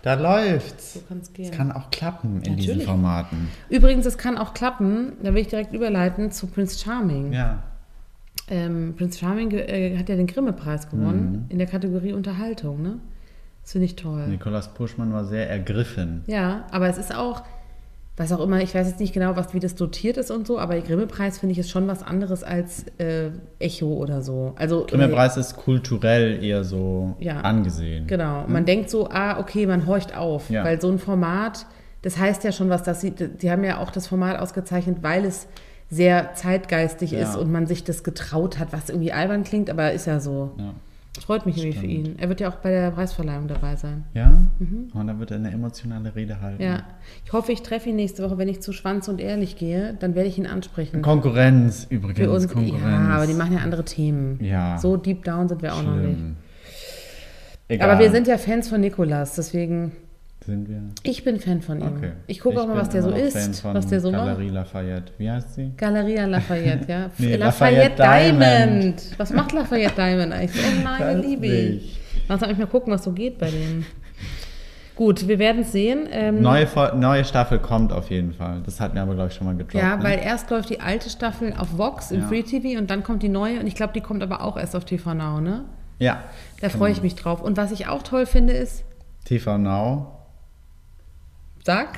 da läuft's. So kann's gehen. Es kann auch klappen in diesen Natürlich. Formaten. Übrigens, es kann auch klappen, da will ich direkt überleiten zu Prince Charming. Ja. Ähm, Prinz Charming ge- äh, hat ja den Grimme-Preis Mhm. gewonnen in der Kategorie Unterhaltung, ne? Das finde ich toll. Nikolaus Puschmann war sehr ergriffen. Ja, aber es ist auch, was auch immer, ich weiß jetzt nicht genau, was, wie das dotiert ist und so, aber der Grimme-Preis finde ich ist schon was anderes als äh, Echo oder so. Also, Grimme äh, Preis ist kulturell eher so Ja. angesehen. Genau. Man denkt so, ah, okay, man horcht auf, Mhm. Ja. weil so ein Format, das heißt ja schon was, dass sie, die haben ja auch das Format ausgezeichnet, weil es sehr zeitgeistig Ja. ist und man sich das getraut hat, was irgendwie albern klingt, aber ist ja so. Ja. Freut mich irgendwie für Stimmt. ihn. Er wird ja auch bei der Preisverleihung dabei sein. Ja? Und dann wird er eine emotionale Rede halten. Mhm. Ja. Ich hoffe, ich treffe ihn nächste Woche. Wenn ich zu Schwanz und Ehrlich gehe, dann werde ich ihn ansprechen. Konkurrenz übrigens. für uns. Konkurrenz. Ja, aber die machen ja andere Themen. Ja. So deep down sind wir auch noch nicht. Schlimm. Egal. Aber wir sind ja Fans von Nikolas, deswegen. Sind wir? Ich bin Fan von ihm. Okay. Ich gucke auch mal, bin was der so immer noch Fan isst, von was der so macht. Galerie Lafayette. Wie heißt sie? Galeria Lafayette, ja. Nee, Lafayette, Lafayette Diamond. Diamond. Was macht Lafayette Diamond eigentlich? Oh nein, Weiß liebe ich. nicht. Lass mich mal gucken, was so geht bei denen. Gut, wir werden es sehen. Ähm, Hm. Neue, Fol- neue Staffel kommt auf jeden Fall. Das hatten wir aber, glaube ich, schon mal gedroppt. ja, ne? weil erst läuft die alte Staffel auf Vox im Ja. Free TV und dann kommt die neue und ich glaube, die kommt aber auch erst auf TV Now, ne? Ja. Genau. Da freue ich mich drauf. Und was ich auch toll finde ist, TV Now sag,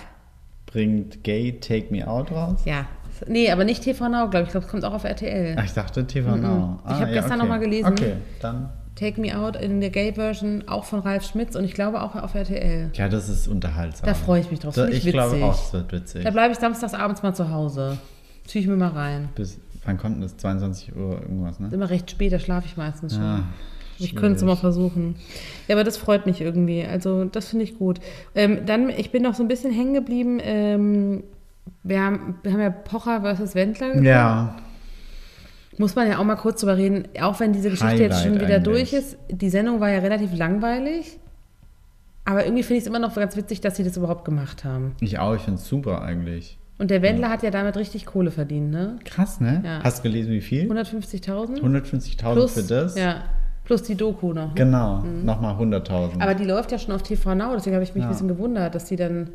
bringt Gay Take Me Out raus. ja, nee, aber nicht TV Now, glaube ich, ich glaube, es kommt auch auf RTL. Ah, ich dachte TV Now. Mhm. Ich hab gestern okay. noch mal gelesen. Okay, dann. Take Me Out in der Gay-Version, auch von Ralf Schmitz und ich glaube auch auf RTL. Ja, das ist unterhaltsam. Da freue ich mich drauf. Da, Finde ich ich glaube witzig. auch, es wird witzig. Da bleibe ich samstags abends mal zu Hause. Zieh ich mir mal rein. Bis, wann kommt denn das? 22 Uhr irgendwas, Ist ne? immer recht spät, da schlafe ich meistens schon. Ah, Ich könnte es mal versuchen. Ja, aber das freut mich irgendwie. Also das finde ich gut. Ähm, dann, ich bin noch so ein bisschen hängen geblieben. Ähm, wir, haben, wir haben ja Pocher versus Wendler. geguckt. Ja, Muss man ja auch mal kurz drüber reden. Auch wenn diese Geschichte jetzt Highlight schon wieder eigentlich. durch ist. Die Sendung war ja relativ langweilig. Aber irgendwie finde ich es immer noch ganz witzig, dass sie das überhaupt gemacht haben. ich auch. Ich finde es super eigentlich. Und der Wendler hat ja damit richtig Kohle verdient, ne? Krass, ne? Ja. Hast du gelesen, wie viel? 150.000? 150.000 Plus, für das? Ja, plus die Doku noch. Ne? Genau, nochmal 100.000. Aber die läuft ja schon auf TV Now, deswegen habe ich mich Ja. ein bisschen gewundert, dass die dann.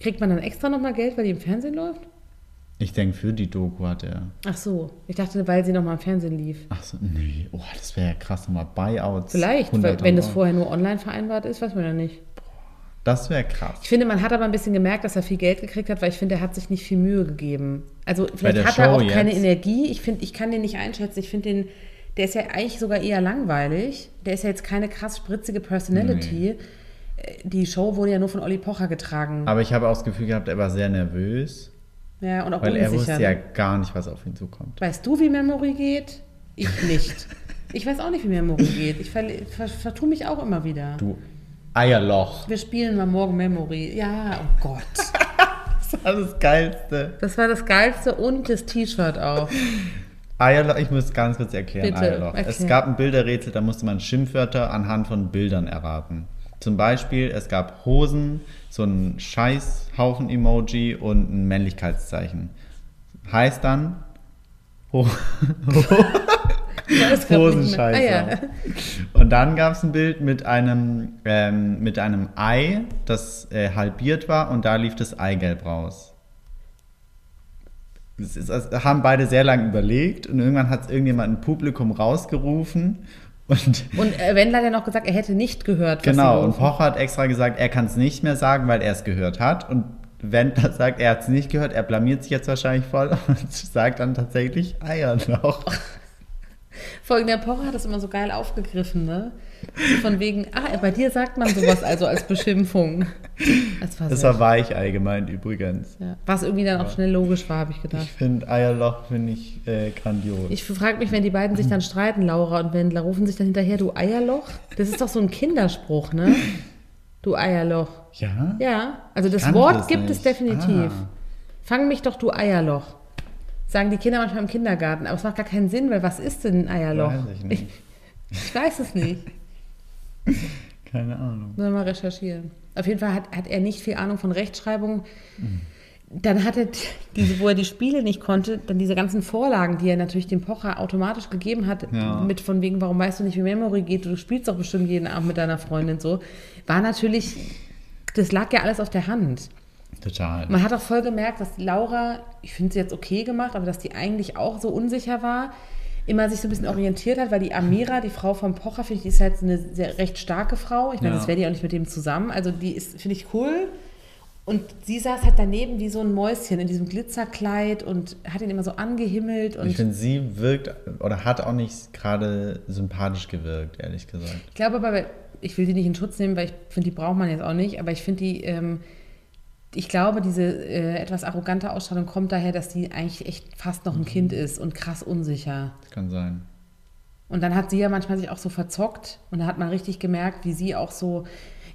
Kriegt man dann extra nochmal Geld, weil die im Fernsehen läuft? ich denke, für die Doku hat er. Ach so, ich dachte, weil sie nochmal im Fernsehen lief. Ach so, nee. Oh, das wäre ja krass, nochmal Buyouts. Vielleicht, weil, wenn das 100.000. vorher nur online vereinbart ist, weiß man ja nicht. Das wäre krass. Ich finde, man hat aber ein bisschen gemerkt, dass er viel Geld gekriegt hat, weil ich finde, er hat sich nicht viel Mühe gegeben. Also vielleicht der hat er Show auch keine jetzt? Energie. Ich finde, ich kann den nicht einschätzen. Ich finde den, der ist ja eigentlich sogar eher langweilig. Der ist ja jetzt keine krass spritzige Personality. Äh, Die Show wurde ja nur von Olli Pocher getragen. Aber ich habe auch das Gefühl gehabt, er war sehr nervös, ja, und auch weil er unsicher. wusste ja gar nicht, was auf ihn zukommt. Weißt du, wie Memory geht? Ich nicht. ich weiß auch nicht, wie Memory geht. Ich ver ver vertue mich auch immer wieder. Du Eierloch. Wir spielen mal morgen Memory. Ja, oh Gott. Das war das Geilste. Das war das Geilste und das T-Shirt auch. Eierloch, ich muss ganz kurz erklären, Bitte, Eierloch. Es erklär. gab ein Bilderrätsel, da musste man Schimpfwörter anhand von Bildern erraten. Zum Beispiel, es gab Hosen, so ein Scheißhaufen-Emoji und ein Männlichkeitszeichen. Heißt dann Ho Ja, das gab nicht mehr. Hosenscheiße. Ah, ja. Und dann gab es ein Bild mit einem, ähm, mit einem Ei, das äh, halbiert war und da lief das Eigelb raus. Das, ist, das haben beide sehr lange überlegt und irgendwann hat es irgendjemand im Publikum rausgerufen. Und Und äh, Wendler hat ja noch gesagt, er hätte nicht gehört. was genau, sie und rufen. Pocher hat extra gesagt, er kann es nicht mehr sagen, weil er es gehört hat. Und Wendler sagt, er hat es nicht gehört, er blamiert sich jetzt wahrscheinlich voll und sagt dann tatsächlich Eierloch. Vor allem der Pocher hat das immer so geil aufgegriffen, ne? Von wegen, ah, bei dir sagt man sowas also als Beschimpfung. Das war, Das sehr war Weichei gemeint übrigens. schön, ja. Was irgendwie dann auch schnell logisch war, habe ich gedacht. Ich finde Eierloch finde ich äh, grandios. Ich frage mich, wenn die beiden sich dann streiten, Laura und Wendler, rufen sich dann hinterher, du Eierloch? Das ist doch so ein Kinderspruch, ne? Du Eierloch. ja? Ja, also das Kannte Wort das gibt nicht. es definitiv. Ah. Fang mich doch, du Eierloch. Sagen die Kinder manchmal im Kindergarten, aber es macht gar keinen Sinn, weil was ist denn ein Eierloch? Weiß ich nicht. Ich weiß es nicht. Keine Ahnung. Sollen wir mal recherchieren. Auf jeden Fall hat, hat er nicht viel Ahnung von Rechtschreibung. Dann hat er die- diese, wo er die Spiele nicht konnte, dann diese ganzen Vorlagen, die er natürlich dem Pocher automatisch gegeben hat, Ja. mit von wegen, warum weißt du nicht, wie Memory geht, du spielst doch bestimmt jeden Abend mit deiner Freundin so, war natürlich, das lag ja alles auf der Hand. Total. Man hat auch voll gemerkt, dass Laura, ich finde sie jetzt okay gemacht, aber dass die eigentlich auch so unsicher war, immer sich so ein bisschen orientiert hat, weil die Amira, die Frau von Pocher, finde ich, die ist halt eine sehr, recht starke Frau. Ich meine, Ja. das wäre die auch nicht mit dem zusammen. Also die ist, finde ich, cool. Und sie saß halt daneben wie so ein Mäuschen in diesem Glitzerkleid und hat ihn immer so angehimmelt. Und ich ich, finde, sie wirkt oder hat auch nicht gerade sympathisch gewirkt, ehrlich gesagt. glaube aber, weil- ich will die nicht in Schutz nehmen, weil ich finde, die braucht man jetzt auch nicht. Aber ich finde die, ähm, ich glaube, diese äh, etwas arrogante Ausstrahlung kommt daher, dass die eigentlich echt fast noch ein Kind ist und krass unsicher. Das kann sein. Und dann hat sie ja manchmal sich auch so verzockt und da hat man richtig gemerkt, wie sie auch so,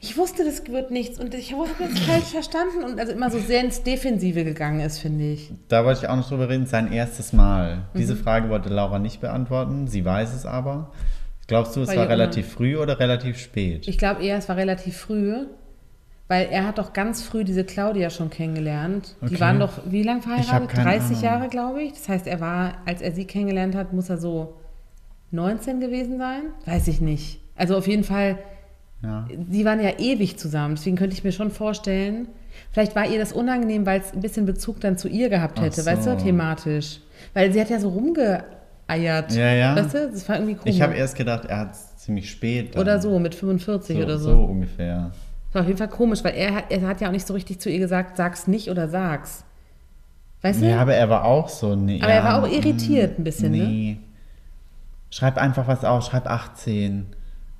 ich wusste, das wird nichts und ich habe das falsch verstanden und also immer so sehr ins Defensive gegangen ist, finde ich. Da wollte ich auch noch drüber reden. Sein erstes Mal. Diese Mhm. Frage wollte Laura nicht beantworten. Sie weiß es aber. Glaubst du, es Bei war ihr immer. relativ früh oder relativ spät? Ich glaube eher, es war relativ früh, weil er hat doch ganz früh diese Claudia schon kennengelernt. Okay. Die waren doch, wie lange verheiratet? keine 30 Ahnung. Jahre, glaube ich. Das heißt, er war, als er sie kennengelernt hat, muss er so 19 gewesen sein? Weiß ich nicht. Also auf jeden Fall Ja. Die waren ja ewig zusammen, deswegen könnte ich mir schon vorstellen, vielleicht war ihr das unangenehm, weil es ein bisschen Bezug dann zu ihr gehabt Ach hätte, weißt du, so. thematisch. Weil sie hat ja so rumgeeiert. Ja, ja. Weißt du, das war irgendwie komisch. Ich habe erst gedacht, er hat es ziemlich spät. dann. oder so, mit 45 so. oder so. So ungefähr. Das war auf jeden Fall komisch, weil er, hat- er hat ja auch nicht so richtig zu ihr gesagt, sag's nicht oder sag's. Weißt du? Ja, aber er war auch so. Nee, Aber ja, er war auch irritiert mm, ein bisschen, ne? nee. Schreib einfach was auf, schreib 18.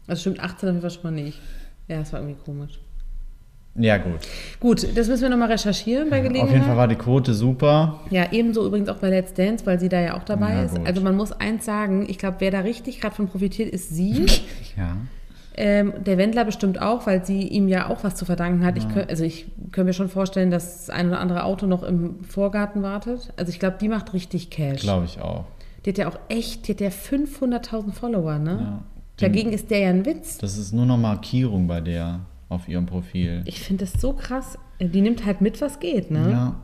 Also stimmt, 18 auf jeden Fall schon mal nicht. Ja, das war irgendwie komisch. Ja, gut. Gut, das müssen wir nochmal recherchieren bei Gelegenheit. Auf jeden Fall war die Quote super. Ja, ebenso übrigens auch bei Let's Dance, weil sie da ja auch dabei Ja, ist. gut. Also man muss eins sagen, ich glaube, wer da richtig gerade von profitiert, ist sie. Ja. ähm, der Wendler bestimmt auch, weil sie ihm ja auch was zu verdanken hat. Ich kö- also ich könnte mir schon vorstellen, dass das ein oder andere Auto noch im Vorgarten wartet. Also ich glaube, die macht richtig Cash. Glaube ich auch. Die hat ja auch echt, die hat ja 500.000 Follower, ne? Ja. Dagegen ist der ja ein Witz. Das ist nur noch Markierung bei der auf ihrem Profil. Ich finde das so krass. Die nimmt halt mit, was geht, ne? Ja.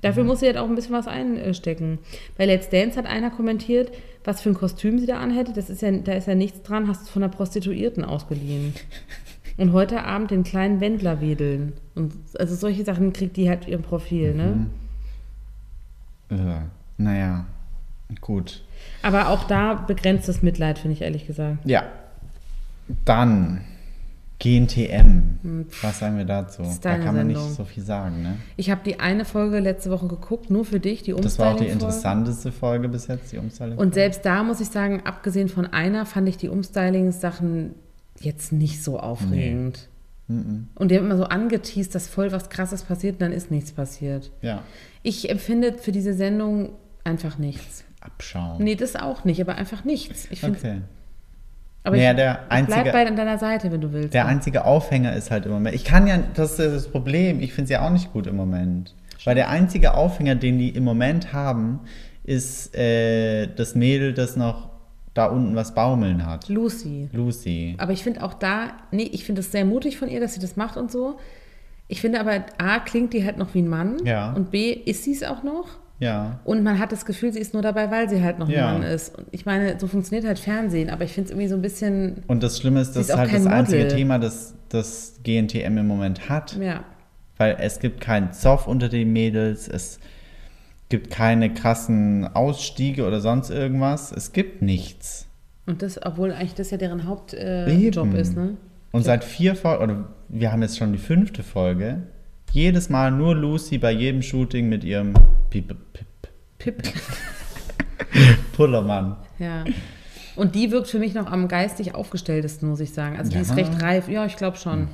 Dafür muss sie halt auch ein bisschen was einstecken. Bei Let's Dance hat einer kommentiert, was für ein Kostüm sie da anhätte. Das ist ja, da ist ja nichts dran, hast du von einer Prostituierten ausgeliehen. Und heute Abend den kleinen Wendler wedeln. Und also solche Sachen kriegt die halt ihrem Profil, Mhm. ne? Äh, naja, gut. Aber auch da begrenztes Mitleid, finde ich ehrlich gesagt. Ja. Dann GNTM. Was sagen wir dazu? Hm, Ist Da deine kann man Sendung. nicht so viel sagen, ne? Ich habe die eine Folge letzte Woche geguckt, nur für dich, die Umstyling. Das war auch die interessanteste Folge bis jetzt, die Umstyling. Und selbst da muss ich sagen, abgesehen von einer fand ich die Umstyling-Sachen jetzt nicht so aufregend. Und die haben immer so angeteased, dass voll was Krasses passiert und dann ist nichts passiert. ja. Ich empfinde für diese Sendung einfach nichts. Abschauen. Nee, das auch nicht, aber einfach nichts. Ich find's- Okay. Aber Naja, ich, der ich bleib einzige- bei an deiner Seite, wenn du willst. Der einzige Aufhänger ist halt im Moment. Ich kann ja, das ist das Problem. Ich finde es ja auch nicht gut im Moment. Weil der einzige Aufhänger, den die im Moment haben, ist äh, das Mädel, das noch da unten was baumeln hat. Lucy. Lucy. Aber ich finde auch da, nee, ich finde es sehr mutig von ihr, dass sie das macht und so. Ich finde aber, A, klingt die halt noch wie ein Mann. Ja. Und B, ist sie es auch noch. Ja. Und man hat das Gefühl, sie ist nur dabei, weil sie halt noch ein Ja. Mann ist. Und ich meine, so funktioniert halt Fernsehen, aber ich finde es irgendwie so ein bisschen, Und das Schlimme ist, das ist ist auch halt kein das einzige Model. Thema, das das GNTM im Moment hat. ja. Weil es gibt keinen Zoff unter den Mädels, es gibt keine krassen Ausstiege oder sonst irgendwas. Es gibt nichts. Und das, obwohl eigentlich das ja deren Hauptjob äh, Eben. Job ist, ne? Und seit vier Folgen, oder wir haben jetzt schon die fünfte Folge, jedes Mal nur Lucy bei jedem Shooting mit ihrem Piep, Piep, Pip. Pullermann. ja. Und die wirkt für mich noch am geistig aufgestelltesten, muss ich sagen. Also die Ja. ist recht reif. Ja, ich glaube schon.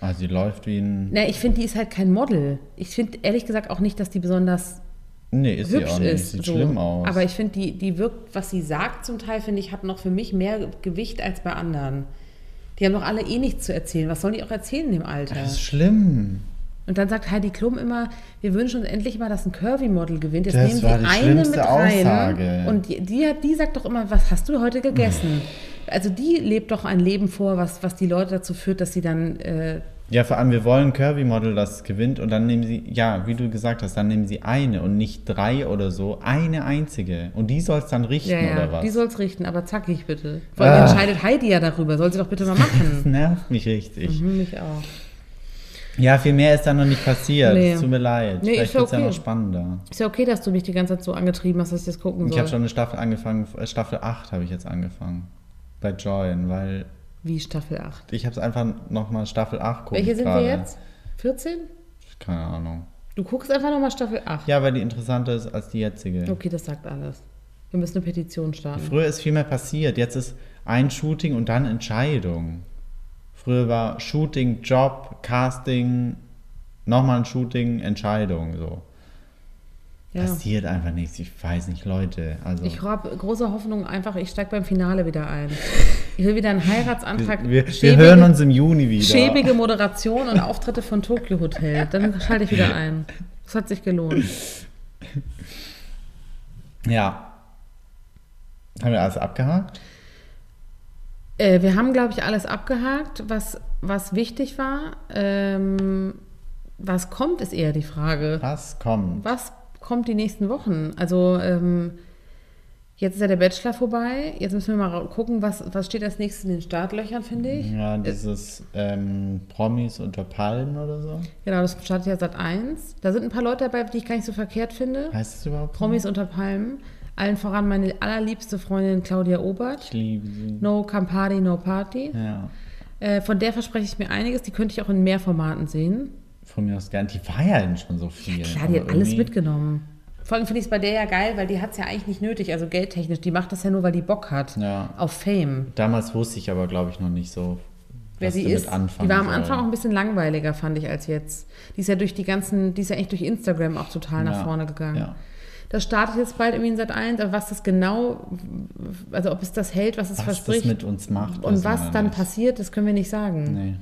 Also sie läuft wie ein. Na, ich finde, die ist halt kein Model. Ich finde ehrlich gesagt auch nicht, dass die besonders Nee, ist sie hübsch auch nicht. ist. Sieht so. schlimm aus. Aber ich finde, die, die wirkt, was sie sagt zum Teil, finde ich, hat noch für mich mehr Gewicht als bei anderen. Die haben doch alle eh nichts zu erzählen. Was sollen die auch erzählen im Alter? das ist schlimm. Und dann sagt Heidi Klum immer, wir wünschen uns endlich mal, dass ein Curvy-Model gewinnt. Jetzt Das nehmen sie war die eine schlimmste mit rein. Aussage. Hm. Und die, die, hat, die sagt doch immer, was hast du heute gegessen? Also die lebt doch ein Leben vor, was, was die Leute dazu führt, dass sie dann äh, Ja, vor allem, wir wollen Kirby-Model, das gewinnt und dann nehmen sie, ja, wie du gesagt hast, dann nehmen sie eine und nicht drei oder so, eine einzige. Und die soll es dann richten Ja, ja, oder was? die soll's richten, aber zackig bitte. Vor allem Ah. entscheidet Heidi ja darüber, soll sie doch bitte mal das machen. nervt mich richtig. Mhm, Mich auch. Ja, viel mehr ist da noch nicht passiert. Nee. Es Tut mir leid. Nee, ist Vielleicht ja wird es okay. ja noch spannender. Ist ja okay, dass du mich die ganze Zeit so angetrieben hast, dass ich das gucken Ich soll. habe schon eine Staffel angefangen, äh, Staffel 8 habe ich jetzt angefangen. Bei Join, weil Wie Staffel 8. ich habe es einfach nochmal Staffel 8 gucken Welche sind gerade. wir jetzt? 14? Keine Ahnung. Du guckst einfach nochmal Staffel 8. Ja, weil die interessanter ist als die jetzige. Okay, das sagt alles. Wir müssen eine Petition starten. Früher ist viel mehr passiert. Jetzt ist ein Shooting und dann Entscheidung. Früher war Shooting, Job, Casting, nochmal ein Shooting, Entscheidung. So. Ja. Passiert einfach nichts. Ich weiß nicht, Leute. Also, Ich habe große Hoffnung einfach, ich steige beim Finale wieder ein. Ich will wieder einen Heiratsantrag. wir, wir schäbige- hören uns im Juni wieder. Schäbige Moderation und Auftritte von Tokyo Hotel. Dann schalte ich wieder ein. Das hat sich gelohnt. Ja. Haben wir alles abgehakt? Äh, wir haben, glaube ich, alles abgehakt, was, was wichtig war. Ähm, was kommt, ist eher die Frage. Was kommt? Was kommt die nächsten Wochen? Also ähm, Jetzt ist ja der Bachelor vorbei. Jetzt müssen wir mal ra- gucken, was, was steht als nächstes in den Startlöchern, finde ich. Ja, dieses ähm, Promis unter Palmen oder so. Genau, das startet ja seit 1. Da sind ein paar Leute dabei, die ich gar nicht so verkehrt finde. Heißt es überhaupt? so? Promis unter Palmen. Allen voran meine allerliebste Freundin Claudia Obert. Ich liebe sie. No Campari, no Party. Ja. Äh, von der verspreche ich mir einiges. Die könnte ich auch in mehr Formaten sehen. Von mir aus gern. Die war ja dann schon so viel. Klar, die aber hat alles irgendwie- mitgenommen. Vor allem finde ich es bei der ja geil, weil die hat es ja eigentlich nicht nötig, also geldtechnisch. Die macht das ja nur, weil die Bock hat Ja. auf Fame. Damals wusste ich aber, glaube ich, noch nicht so, Wer was sie damit ist. anfangen Die war am soll. Anfang auch ein bisschen langweiliger, fand ich, als jetzt. Die ist ja durch die ganzen, die ist ja echt durch Instagram auch total nach Ja, vorne gegangen. ja. Das startet jetzt bald irgendwie in Sat 1, aber was das genau, also ob es das hält, was es Was verspricht das mit uns macht. und wissen was wir dann nicht. passiert, das können wir nicht sagen. Nee.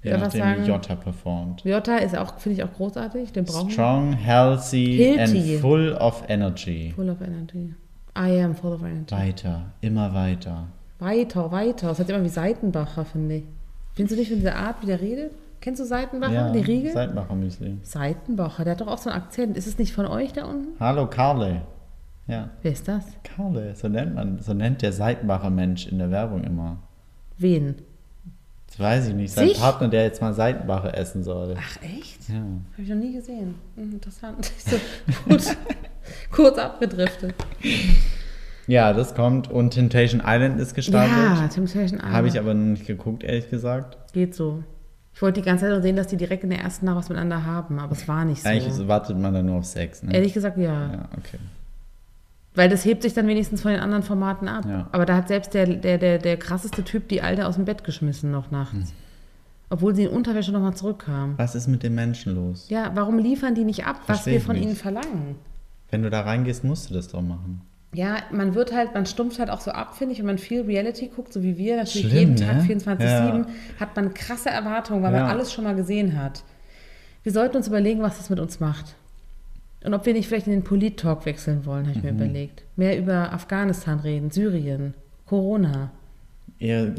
Je würde einfach nachdem, sagen- wie Jota performt. Jota ist auch, finde ich auch großartig, den brauchen wir. Strong, healthy Hilti. and full of energy. Full of energy. I am full of energy. Weiter, immer weiter. Weiter, weiter. Das hat immer wie Seitenbacher, finde ich. Findest du nicht von dieser Art, wie der redet? Kennst du Seitenbacher, die Riegel? Seitmacher Müsli. Seitenbacher, der hat doch auch so einen Akzent. Ist es nicht von euch da unten? Hallo Karle. Ja, Wer ist das? Karle, so nennt man, so nennt der Seitenbacher Mensch in der Werbung immer. Wen? Das weiß ich nicht, sein Sich? Partner, der jetzt mal Seitenbacher essen soll. Ach, echt? Ja. Habe ich noch nie gesehen. Hm, Interessant. Ich So, gut, kurz abgedriftet. ja, das kommt und Temptation Island ist Ja, ah. gestartet. Temptation Island. Habe ich aber noch nicht geguckt, ehrlich gesagt. Geht so. Ich wollte die ganze Zeit noch sehen, dass die direkt in der ersten Nacht was miteinander haben, aber es war nicht so. Eigentlich wartet man dann nur auf Sex, ne? Ehrlich gesagt, ja. Ja, okay. Weil das hebt sich dann wenigstens von den anderen Formaten ab. Ja. Aber da hat selbst der, der, der, der krasseste Typ die Alte aus dem Bett geschmissen noch Hm. nachts. Obwohl sie in Unterwäsche nochmal zurückkam. Was ist mit den Menschen los? Ja, warum liefern die nicht ab, was Versteh wir ich von nicht. ihnen verlangen? Wenn du da reingehst, musst du das doch machen. Ja, man wird halt, man stumpft halt auch so ab, finde ich, wenn man viel Reality guckt, so wie wir natürlich jeden Schlimm, Tag ne? 24-7, Ja. hat man krasse Erwartungen, weil Ja. man alles schon mal gesehen hat. Wir sollten uns überlegen, was das mit uns macht. Und ob wir nicht vielleicht in den Polit-Talk wechseln wollen, habe ich Mhm. mir überlegt. Mehr über Afghanistan reden, Syrien, Corona. Ihr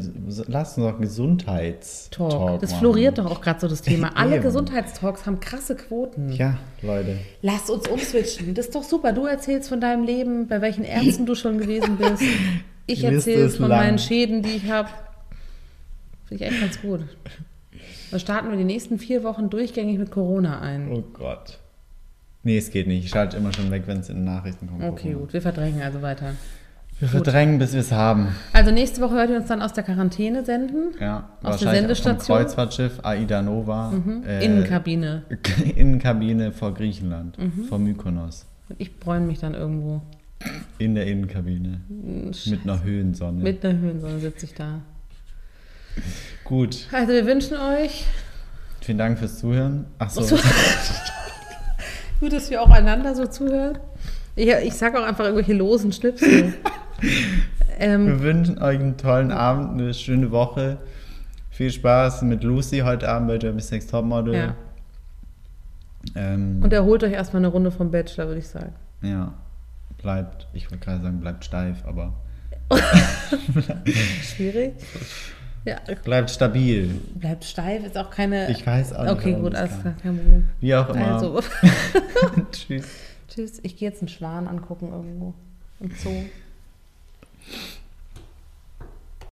lasst uns doch Talk. Gesundheitstalk. das machen. floriert doch auch gerade so das Thema. Alle Eben. Gesundheitstalks haben krasse Quoten. Ja, Leute. Lass uns umswitchen. Das ist doch super. Du erzählst von deinem Leben, bei welchen Ärzten du schon gewesen bist. Ich Die Liste erzähle ist von lang. meinen Schäden, die ich habe. Finde ich echt ganz gut. Dann starten wir die nächsten vier Wochen durchgängig mit Corona ein. Oh Gott. Nee, es geht nicht. Ich schalte immer schon weg, wenn es in den Nachrichten kommt. Okay, Corona. gut. Wir verdrängen also weiter. Wir verdrängen, bis wir es haben. Also nächste Woche hört ihr uns dann aus der Quarantäne senden. Ja, Aus der wahrscheinlich auch vom Sendestation? Mhm. Kreuzfahrtschiff Aida Nova. äh, Innenkabine. Innenkabine vor Griechenland, Mhm. vor Mykonos. Und ich bräune mich dann irgendwo. In der Innenkabine. Mit einer Höhensonne. Mit einer Höhensonne sitze ich da. Gut. Also wir wünschen euch, Vielen Dank fürs Zuhören. Achso, so. gut, dass wir auch einander so zuhören. Ich, ich sage auch einfach irgendwelche losen Schnipsel. ähm, wir wünschen euch einen tollen Abend, eine schöne Woche. Viel Spaß mit Lucy heute Abend bei Jeremy's Next Topmodel. Ja. Ähm, Und erholt euch erstmal eine Runde vom Bachelor, würde ich sagen. ja. Bleibt, ich wollte gerade sagen, bleibt steif, aber Schwierig. Ja, bleibt stabil. bleibt steif, ist auch keine. Ich weiß auch nicht, Okay, warum gut, das alles kam. klar, kein Problem. Wie auch immer. Also, Tschüss. tschüss. Ich gehe jetzt einen Schwan angucken irgendwo. Im Zoo.